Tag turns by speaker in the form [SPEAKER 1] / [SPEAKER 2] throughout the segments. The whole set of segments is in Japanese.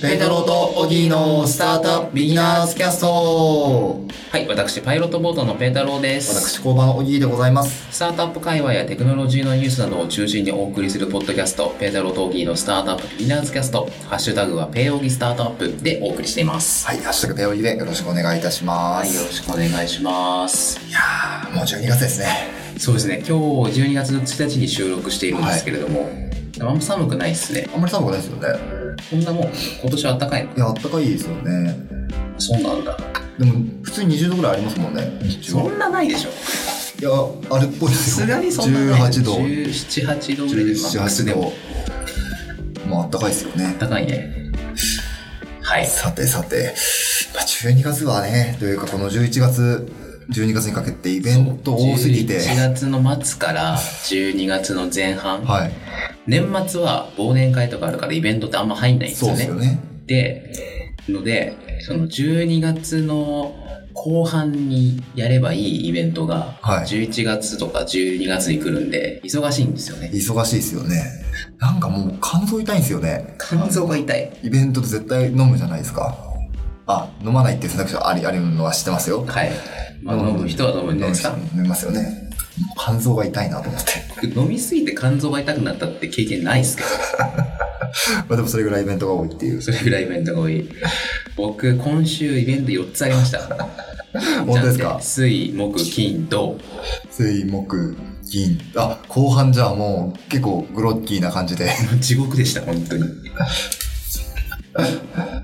[SPEAKER 1] ペトロとオギーのスタートアップビギナーズキャスト
[SPEAKER 2] はい、私、パイロットボートのペータローです。
[SPEAKER 1] 私、交番オギーでございます。
[SPEAKER 2] スタートアップ界隈やテクノロジーのニュースなどを中心にお送りするポッドキャスト、ペータローとオギーのスタートアップビギナーズキャスト、ハッシュタグはペーオギスタートアップでお送りしています。
[SPEAKER 1] はい、ハッシュタグペオギでよろしくお願いいたしま
[SPEAKER 2] はい、よろ
[SPEAKER 1] す。
[SPEAKER 2] しくお願いします。
[SPEAKER 1] いやー、もう12月ですね。
[SPEAKER 2] そうですね、今日12月の1日に収録しているんですけれども、あんま寒くないですね。
[SPEAKER 1] あんまり寒くないですよね。
[SPEAKER 2] こんなもん、今年は暖かいの
[SPEAKER 1] いや、あったかいですよね。
[SPEAKER 2] そうなんだ。
[SPEAKER 1] でも、普通に20度ぐらいありますもんね、日中
[SPEAKER 2] そ
[SPEAKER 1] は。
[SPEAKER 2] んなないでしょ。
[SPEAKER 1] いや、あれっぽいで
[SPEAKER 2] さ
[SPEAKER 1] す
[SPEAKER 2] す
[SPEAKER 1] よ。
[SPEAKER 2] がにそんなない。
[SPEAKER 1] 18度、
[SPEAKER 2] 17、8度ぐらいです。
[SPEAKER 1] 17、
[SPEAKER 2] マックス
[SPEAKER 1] 8
[SPEAKER 2] でも。
[SPEAKER 1] 度。まあ、あったかいですよね。
[SPEAKER 2] 暖かいね。はい。
[SPEAKER 1] さてさて、まあ、12月はね、というかこの11月、12月にかけてイベント多すぎて、
[SPEAKER 2] 11月の末から12月の前半、
[SPEAKER 1] はい、
[SPEAKER 2] 年末は忘年会とかあるからイベントってあんま入んないんです
[SPEAKER 1] そう
[SPEAKER 2] よ
[SPEAKER 1] です
[SPEAKER 2] ね
[SPEAKER 1] よ。ね。
[SPEAKER 2] で、ので、その12月の後半にやればいいイベントが、
[SPEAKER 1] はい
[SPEAKER 2] 11月とか12月に来るんで、忙しいんですよね。
[SPEAKER 1] 忙しいですよね。なんかもう肝臓痛いんですよね。
[SPEAKER 2] 肝臓が痛い。
[SPEAKER 1] イベントって絶対飲むじゃないですか。あ、飲まないっていう選択肢はあり、あるのは知ってますよ。
[SPEAKER 2] はい。まあ、
[SPEAKER 1] うん
[SPEAKER 2] 飲む人は飲むんじゃないですか。
[SPEAKER 1] 飲みますよね。肝臓が痛いなと思って。
[SPEAKER 2] 飲みすぎて肝臓が痛くなったって経験ないっすけど。
[SPEAKER 1] まあでもそれぐらいイベントが多い っていう。
[SPEAKER 2] それぐらいイベントが多い。僕、今週イベント4つありました。
[SPEAKER 1] 本当ですか
[SPEAKER 2] なん水、木、金、土。
[SPEAKER 1] 水木、銀。あ、後半じゃあもう結構グロッキーな感じで。
[SPEAKER 2] 地獄でした、本当に。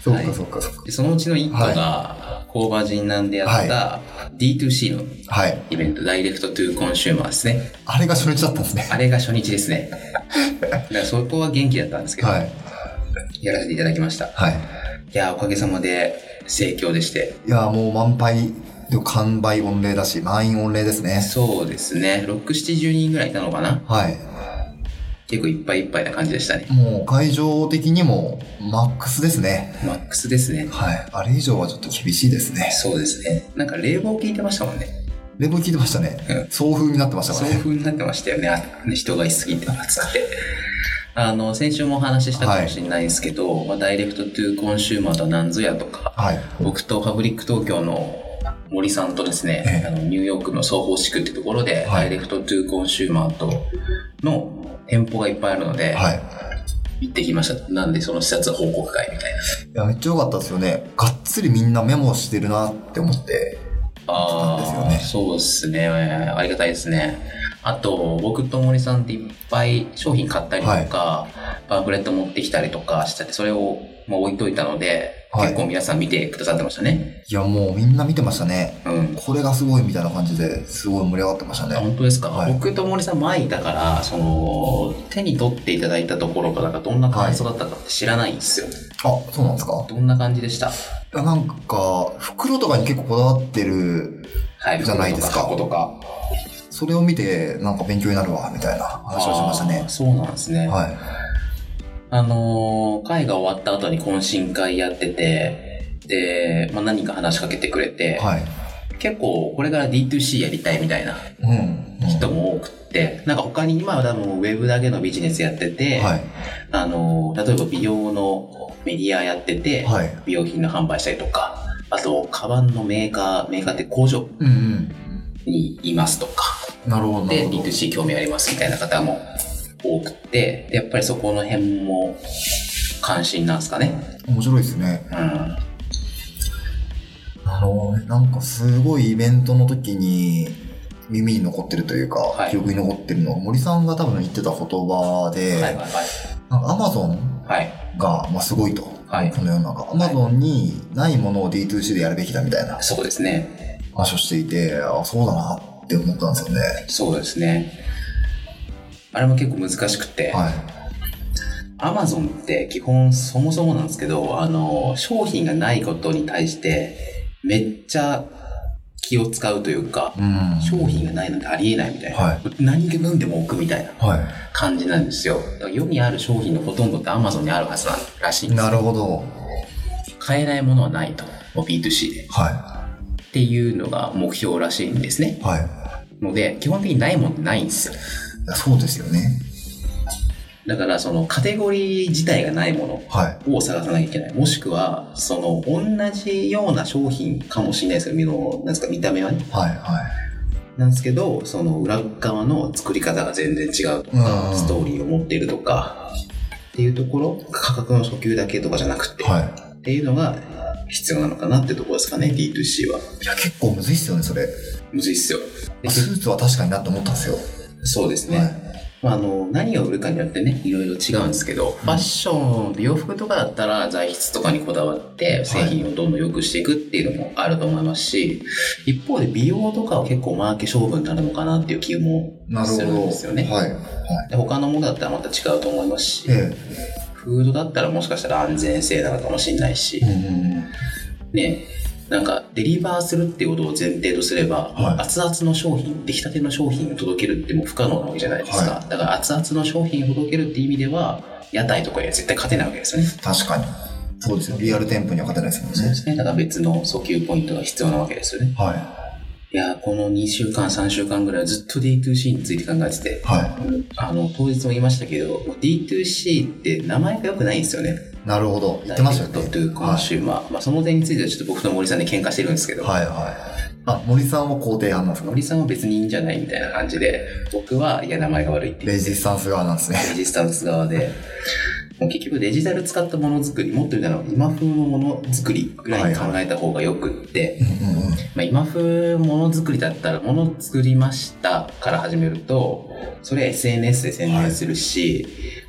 [SPEAKER 1] そうかそうかそうか。
[SPEAKER 2] でそのうちの1個が、工場人なんでやった D2C の
[SPEAKER 1] はい。
[SPEAKER 2] イベント、ダイレクトトゥーコンシューマーですね。
[SPEAKER 1] あれが初日だったんですね。
[SPEAKER 2] あれが初日です ね。だからそこは元気だったんですけど、
[SPEAKER 1] はい。
[SPEAKER 2] やらせていただきました。い
[SPEAKER 1] はい。
[SPEAKER 2] やー、おかげさまで盛況でして。
[SPEAKER 1] いやー、もう満杯、でも完売御礼だし、満員御礼ですね。
[SPEAKER 2] そうですね。6、70人ぐらいいたのかな
[SPEAKER 1] はい。
[SPEAKER 2] 結構いっぱいいっぱいな感じでしたね。
[SPEAKER 1] もう会場的にもマックスですね。
[SPEAKER 2] マックスですね。
[SPEAKER 1] はい。あれ以上はちょっと厳しいですね。
[SPEAKER 2] そうですね。なんか冷房聞いてましたもんね。
[SPEAKER 1] 冷房聞いてましたね
[SPEAKER 2] う。
[SPEAKER 1] 送風になってましたか
[SPEAKER 2] そう
[SPEAKER 1] ら
[SPEAKER 2] いう
[SPEAKER 1] ね。
[SPEAKER 2] 風になってましたよね。あ人がいすぎて、暑くて。あの、先週もお話ししたかもしれないですけど、まあ、ダイレクトトゥーコンシューマーとは何ぞやとか、
[SPEAKER 1] はい。
[SPEAKER 2] 僕とパブリック東京の森さんとですね、
[SPEAKER 1] ええ
[SPEAKER 2] あのニューヨークの総合地区ってところで、
[SPEAKER 1] はい
[SPEAKER 2] ダイレクトトゥーコンシューマーとの店舗がいっぱいあるので、
[SPEAKER 1] はい。
[SPEAKER 2] 行ってきました。なんでその視察報告会みたいな。
[SPEAKER 1] いや、めっちゃ良かったですよね。がっつりみんなメモしてるなって思って。
[SPEAKER 2] ああ、
[SPEAKER 1] そうなんです
[SPEAKER 2] そうですね。ありがたいですね。あと、僕と森さんっていっぱい商品買ったりとか、パンフレット持ってきたりとかしてて、それをまあ置いといたので、
[SPEAKER 1] はい
[SPEAKER 2] 結構皆さん見てくださってましたね。
[SPEAKER 1] いや、もうみんな見てましたね。
[SPEAKER 2] うん。
[SPEAKER 1] これがすごいみたいな感じですごい盛り上がってました
[SPEAKER 2] あ
[SPEAKER 1] ね。
[SPEAKER 2] 本当ですか、
[SPEAKER 1] はい
[SPEAKER 2] 僕と森さん前いたから、その、手に取っていただいたところからどんな感想だったかって知らないんですよ。
[SPEAKER 1] あ、そうなんですか
[SPEAKER 2] どんな感じでした
[SPEAKER 1] いや、なんか、袋とかに結構こだわってる
[SPEAKER 2] はい。
[SPEAKER 1] じゃないですか
[SPEAKER 2] 服と箱とか。
[SPEAKER 1] それを見て、なんか勉強になるわ、みたいな話をしました
[SPEAKER 2] あ
[SPEAKER 1] ね
[SPEAKER 2] ー。そうなんですね。
[SPEAKER 1] は
[SPEAKER 2] あのー会が終わった後に懇親会やってて、で、まあ、何人か話しかけてくれ
[SPEAKER 1] い。
[SPEAKER 2] て、
[SPEAKER 1] はい。
[SPEAKER 2] 結構これから D2C やりたいみたいな
[SPEAKER 1] うん。
[SPEAKER 2] 人も多くって、なんか他に今は多分ウェブだけのビジネスやって
[SPEAKER 1] う
[SPEAKER 2] て、
[SPEAKER 1] ん。はい。
[SPEAKER 2] あのー例えば美容のメディアやってて、
[SPEAKER 1] はい。
[SPEAKER 2] 美容品の販売したりとか、あと、カバンのメーカー、メーカーって工場
[SPEAKER 1] うんうん。
[SPEAKER 2] にいますとか、
[SPEAKER 1] なるほど、なる
[SPEAKER 2] で、
[SPEAKER 1] ほど。
[SPEAKER 2] D2C 興味ありますみたいな方も多くて、でやっぱりそこの辺も関心なんですかね。
[SPEAKER 1] 面白いですね。
[SPEAKER 2] うん
[SPEAKER 1] なるほどね。なんかすごいイベントの時に耳に残ってるというか、
[SPEAKER 2] はい
[SPEAKER 1] 記憶に残ってるのは、森さんが多分言ってた言葉で、
[SPEAKER 2] はいはいはい。
[SPEAKER 1] なんかアマゾン
[SPEAKER 2] はい。
[SPEAKER 1] が、まあ、すごいと。
[SPEAKER 2] はい
[SPEAKER 1] この世の中。アマゾンにないものを D2C でやるべきだみたいな
[SPEAKER 2] そうですね。
[SPEAKER 1] 話をしていて、あ、そうだなって思ったんですよね。
[SPEAKER 2] そうですね。あれも結構難しくて、
[SPEAKER 1] はい。
[SPEAKER 2] アマゾンって基本そもそもなんですけど、あの、商品がないことに対して、めっちゃ気を使うというか、
[SPEAKER 1] うん。
[SPEAKER 2] 商品がないなんてありえないみたいな。
[SPEAKER 1] はい
[SPEAKER 2] 何で何でも置くみたいな
[SPEAKER 1] はい。
[SPEAKER 2] 感じなんですよ。だから世にある商品のほとんどってアマゾンにあるはずなんらしいんです
[SPEAKER 1] なるほど。
[SPEAKER 2] 買えないものはないと。もう B2C で。
[SPEAKER 1] は
[SPEAKER 2] っていうのが目標らしいんですね
[SPEAKER 1] い。。はい。
[SPEAKER 2] ので、基本的にないもんってないんですよ。
[SPEAKER 1] そうですよね。
[SPEAKER 2] だから、そのカテゴリー自体がないもの
[SPEAKER 1] はい。
[SPEAKER 2] を探さなきゃいけない。もしくは、その、同じような商品かもしれないですけど、見の、なんですか、見た目はね。
[SPEAKER 1] はい、はい。
[SPEAKER 2] なんですけど、その裏側の作り方が全然違うとか、
[SPEAKER 1] うん
[SPEAKER 2] ストーリーを持っているとか、っていうところ、価格の訴求だけとかじゃなくて、
[SPEAKER 1] はい。
[SPEAKER 2] っていうのが必要なのかなってところですかね、D2C は。
[SPEAKER 1] いや、結構むずいっすよね、それ。
[SPEAKER 2] むずいっすよ。で
[SPEAKER 1] スーツは確かになって思ったんですよ。
[SPEAKER 2] そうですね。まあ、あの何を売るかによってねいろいろ違うんですけど、ファッション洋服とかだったら材質とかにこだわって製品をどんどん良くしていくっていうのもあると思いますし、一方で美容とかは結構マーケ勝負になるのかなっていう気も
[SPEAKER 1] なるほ
[SPEAKER 2] するん
[SPEAKER 1] ど。
[SPEAKER 2] ですよね
[SPEAKER 1] はい。はい。
[SPEAKER 2] で他のものだったらまた違うと思いますし、
[SPEAKER 1] え
[SPEAKER 2] フードだったらもしかしたら安全性なのかもしれないし
[SPEAKER 1] え。う、んうんうん。
[SPEAKER 2] ねなんかデリバーするっていうことを前提とすれば、
[SPEAKER 1] はい
[SPEAKER 2] 熱々の商品出来たての商品を届けるってもう不可能なわけじゃないですか、
[SPEAKER 1] は
[SPEAKER 2] だから熱々の商品を届けるって意味では屋台とかには絶対勝てないわけですよね
[SPEAKER 1] 確かに。そうですね。リアル店舗には勝てないですもん
[SPEAKER 2] そうで
[SPEAKER 1] ね。
[SPEAKER 2] すねだから別の訴求ポイントが必要なわけですよね
[SPEAKER 1] はい。
[SPEAKER 2] いやーこの2週間3週間ぐらいはずっと D2C について考えてて
[SPEAKER 1] は
[SPEAKER 2] あの当日も言いましたけど D2C って名前が良くないんですよね
[SPEAKER 1] い。なるほど。言ってましたよ
[SPEAKER 2] ダイレクトトゥ
[SPEAKER 1] ね。
[SPEAKER 2] ーコン
[SPEAKER 1] はい。
[SPEAKER 2] シューマー、まあ、その点についてはちょっと僕と森さんで喧嘩してるんですけど、
[SPEAKER 1] はいはい。あ、森さんは肯定派なんですか
[SPEAKER 2] 森さんは別にいいんじゃないみたいな感じで僕はいや名前が悪いって言
[SPEAKER 1] レ
[SPEAKER 2] って
[SPEAKER 1] ジスタンス側なんですね。
[SPEAKER 2] レジスタンス側でもう結局デジタル使ったものづくりもっと言うなら今風のものづくりぐらいに考えた方がよくって、
[SPEAKER 1] うんうんうん。
[SPEAKER 2] まあ、今風ものづくりだったらもの作りましたから始めるとそれは SNS で宣伝するし、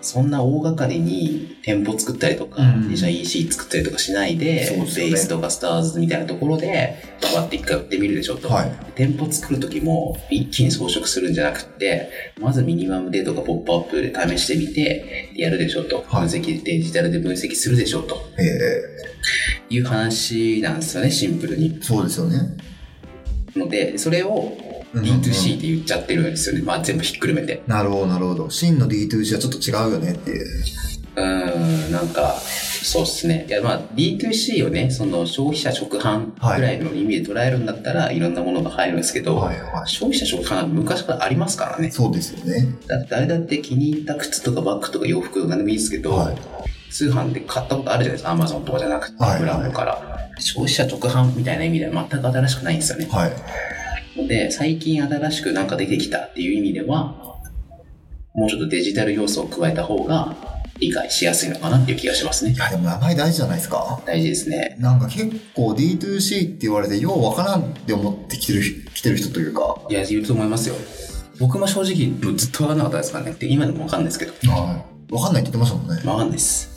[SPEAKER 2] そんな大掛かりに店舗作ったりとか、
[SPEAKER 1] うん
[SPEAKER 2] 自社 EC 作ったりとかしないで
[SPEAKER 1] そうですよね
[SPEAKER 2] ベースとかスターズみたいなところでバって一回売ってみるでしょと、
[SPEAKER 1] はい。
[SPEAKER 2] 店舗作る時も一気に装飾するんじゃなくってまずミニマムでとかポップアップで試してみてやるでしょと分
[SPEAKER 1] はい
[SPEAKER 2] 析デジタルで分析するでしょと
[SPEAKER 1] え
[SPEAKER 2] いう話なんですよねシンプルに
[SPEAKER 1] えそうですよね。
[SPEAKER 2] のでそれを
[SPEAKER 1] うんうんうん
[SPEAKER 2] D2C って言っちゃってるんですよね、まあ、全部ひっくるめて
[SPEAKER 1] なるほど、なるほど。真の D2C はちょっと違うよねっていう。
[SPEAKER 2] うーんなんかそうっすねいやまあ D2C をねその消費者直販ぐらいの意味で捉えるんだったらいろんなものが入るんですけど、
[SPEAKER 1] はいは
[SPEAKER 2] 消費者直販は昔からありますからね
[SPEAKER 1] い。そうですよね。
[SPEAKER 2] だって誰だって気に入った靴とかバッグとか洋服とか何でもいいですけど、
[SPEAKER 1] はい。
[SPEAKER 2] 通販で買ったことあるじゃないですかアマゾンとかじゃなくて、
[SPEAKER 1] はい
[SPEAKER 2] ブランドから消費者直販みたいな意味では全く新しくないんですよね
[SPEAKER 1] はい。
[SPEAKER 2] で最近新しくなんか出てきたっていう意味ではもうちょっとデジタル要素を加えた方が理解しやすいのかなっていう気がしますね
[SPEAKER 1] いや、でも名前大事じゃないですか。
[SPEAKER 2] 大事ですね
[SPEAKER 1] なんか結構 D2C って言われてようわからんって思ってきてる来てる人というか、
[SPEAKER 2] いやいると思いますよ僕も正直もうずっと分かんなかったですからねで今でも分かんないですけど
[SPEAKER 1] はい、わかんないって言ってましたもんね。
[SPEAKER 2] 分かんないです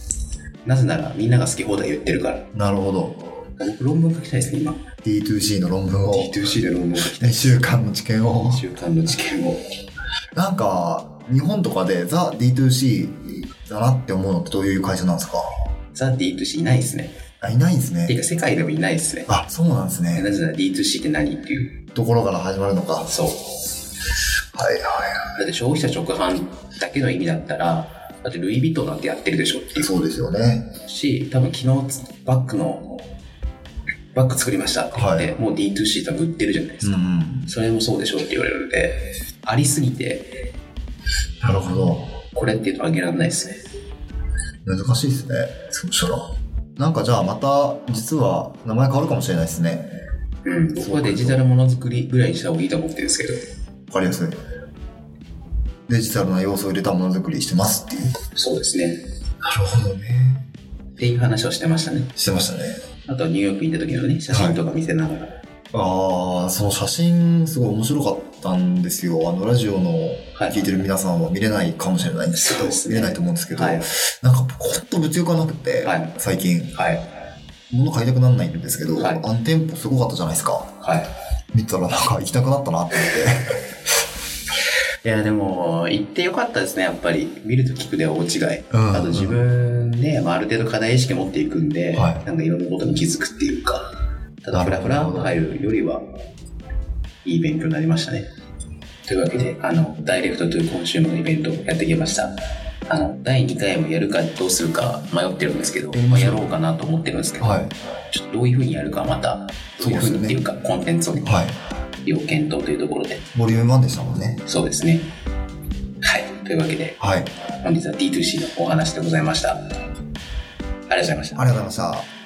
[SPEAKER 2] なぜならみんなが好き放題言ってるから
[SPEAKER 1] なるほど。
[SPEAKER 2] 僕論文書きたいですね今
[SPEAKER 1] D2C の論文を、
[SPEAKER 2] D2C で論文を書きたい
[SPEAKER 1] 2週間の知見を。
[SPEAKER 2] 週間の知見を
[SPEAKER 1] なんか、日本とかでザ・ D2C だなって思うのってどういう会社なんですか
[SPEAKER 2] ザ・ D2C いないですね
[SPEAKER 1] あ、いないんです
[SPEAKER 2] ていう
[SPEAKER 1] ね。
[SPEAKER 2] か世界でもいないですね
[SPEAKER 1] あ、そうなんですね。
[SPEAKER 2] なぜなら D2C って何っていう
[SPEAKER 1] ところから始まるのか。はい
[SPEAKER 2] そう
[SPEAKER 1] はいは
[SPEAKER 2] だって消費者直販だけの意味だったらだってルイ・ヴィトンなんてやってるでしょってい
[SPEAKER 1] い。そうですよね。
[SPEAKER 2] うし多分昨日バッグのバッグ作りましたって言って、
[SPEAKER 1] は
[SPEAKER 2] もう D2C 多分売ってるじゃないで
[SPEAKER 1] う
[SPEAKER 2] す
[SPEAKER 1] んう
[SPEAKER 2] か、
[SPEAKER 1] ん。
[SPEAKER 2] それもそうでしょって言われるのでありすぎて
[SPEAKER 1] なるほど。
[SPEAKER 2] これっていうのはあげられないですね
[SPEAKER 1] 難しいですね。そうしたら。なんかじゃあまた、実は名前変わるかもしれないですね。
[SPEAKER 2] うん僕はデジタルものづくりぐらいにした方がいいと思ってるんですけど
[SPEAKER 1] わかりやすい。デジタルな要素を入れたものづくりしてますっていう。
[SPEAKER 2] そうですね
[SPEAKER 1] なるほどね。
[SPEAKER 2] っていう話をしてましたね
[SPEAKER 1] してましたね。
[SPEAKER 2] あとはニューヨークに行った時のね写真とか見せながら、
[SPEAKER 1] ああ、その写真、すごい面白かったんですよ。あの、ラジオの
[SPEAKER 2] はい
[SPEAKER 1] 聞いてる皆さんは見れないかもしれないんですけ
[SPEAKER 2] そう
[SPEAKER 1] ど、
[SPEAKER 2] ですね
[SPEAKER 1] 見れないと思うんですけど、
[SPEAKER 2] はい
[SPEAKER 1] なんか僕、ほんと物欲がなくて、
[SPEAKER 2] はい
[SPEAKER 1] 最近、
[SPEAKER 2] はい
[SPEAKER 1] 物買いたくならないんですけど、
[SPEAKER 2] はい
[SPEAKER 1] あの店舗すごかったじゃないですか。
[SPEAKER 2] はい
[SPEAKER 1] 見たらなんか行きたくなったなって思って。
[SPEAKER 2] いやでも行ってよかったですねやっぱり見ると聞くでは大違い、
[SPEAKER 1] うん
[SPEAKER 2] あと自分で、まあ、ある程度課題意識持っていくんで、
[SPEAKER 1] はい
[SPEAKER 2] なんかいろんなことに気づくっていうかただ
[SPEAKER 1] な
[SPEAKER 2] フ
[SPEAKER 1] る
[SPEAKER 2] ラ
[SPEAKER 1] ほ
[SPEAKER 2] フ
[SPEAKER 1] ど
[SPEAKER 2] ラ入るよりはいい勉強になりましたねというわけであのダイレクトという今週のイベントをやってきましたあの第2回もやるかどうするか迷ってるんですけど、
[SPEAKER 1] やり
[SPEAKER 2] ま
[SPEAKER 1] ま
[SPEAKER 2] あ、
[SPEAKER 1] しょ
[SPEAKER 2] や
[SPEAKER 1] う
[SPEAKER 2] ろうかなと思ってるんですけど、
[SPEAKER 1] はい。
[SPEAKER 2] ちょっとどういうふうにやるかまたどういうふうにっていうかコンテンツをね
[SPEAKER 1] はい。
[SPEAKER 2] 要検討というところで
[SPEAKER 1] ボリューム1でしたもんね。
[SPEAKER 2] そうですねはいというわけで、
[SPEAKER 1] はい。あり
[SPEAKER 2] 本日は D2C のお話でございました。ありがとうございました。
[SPEAKER 1] がとうございました。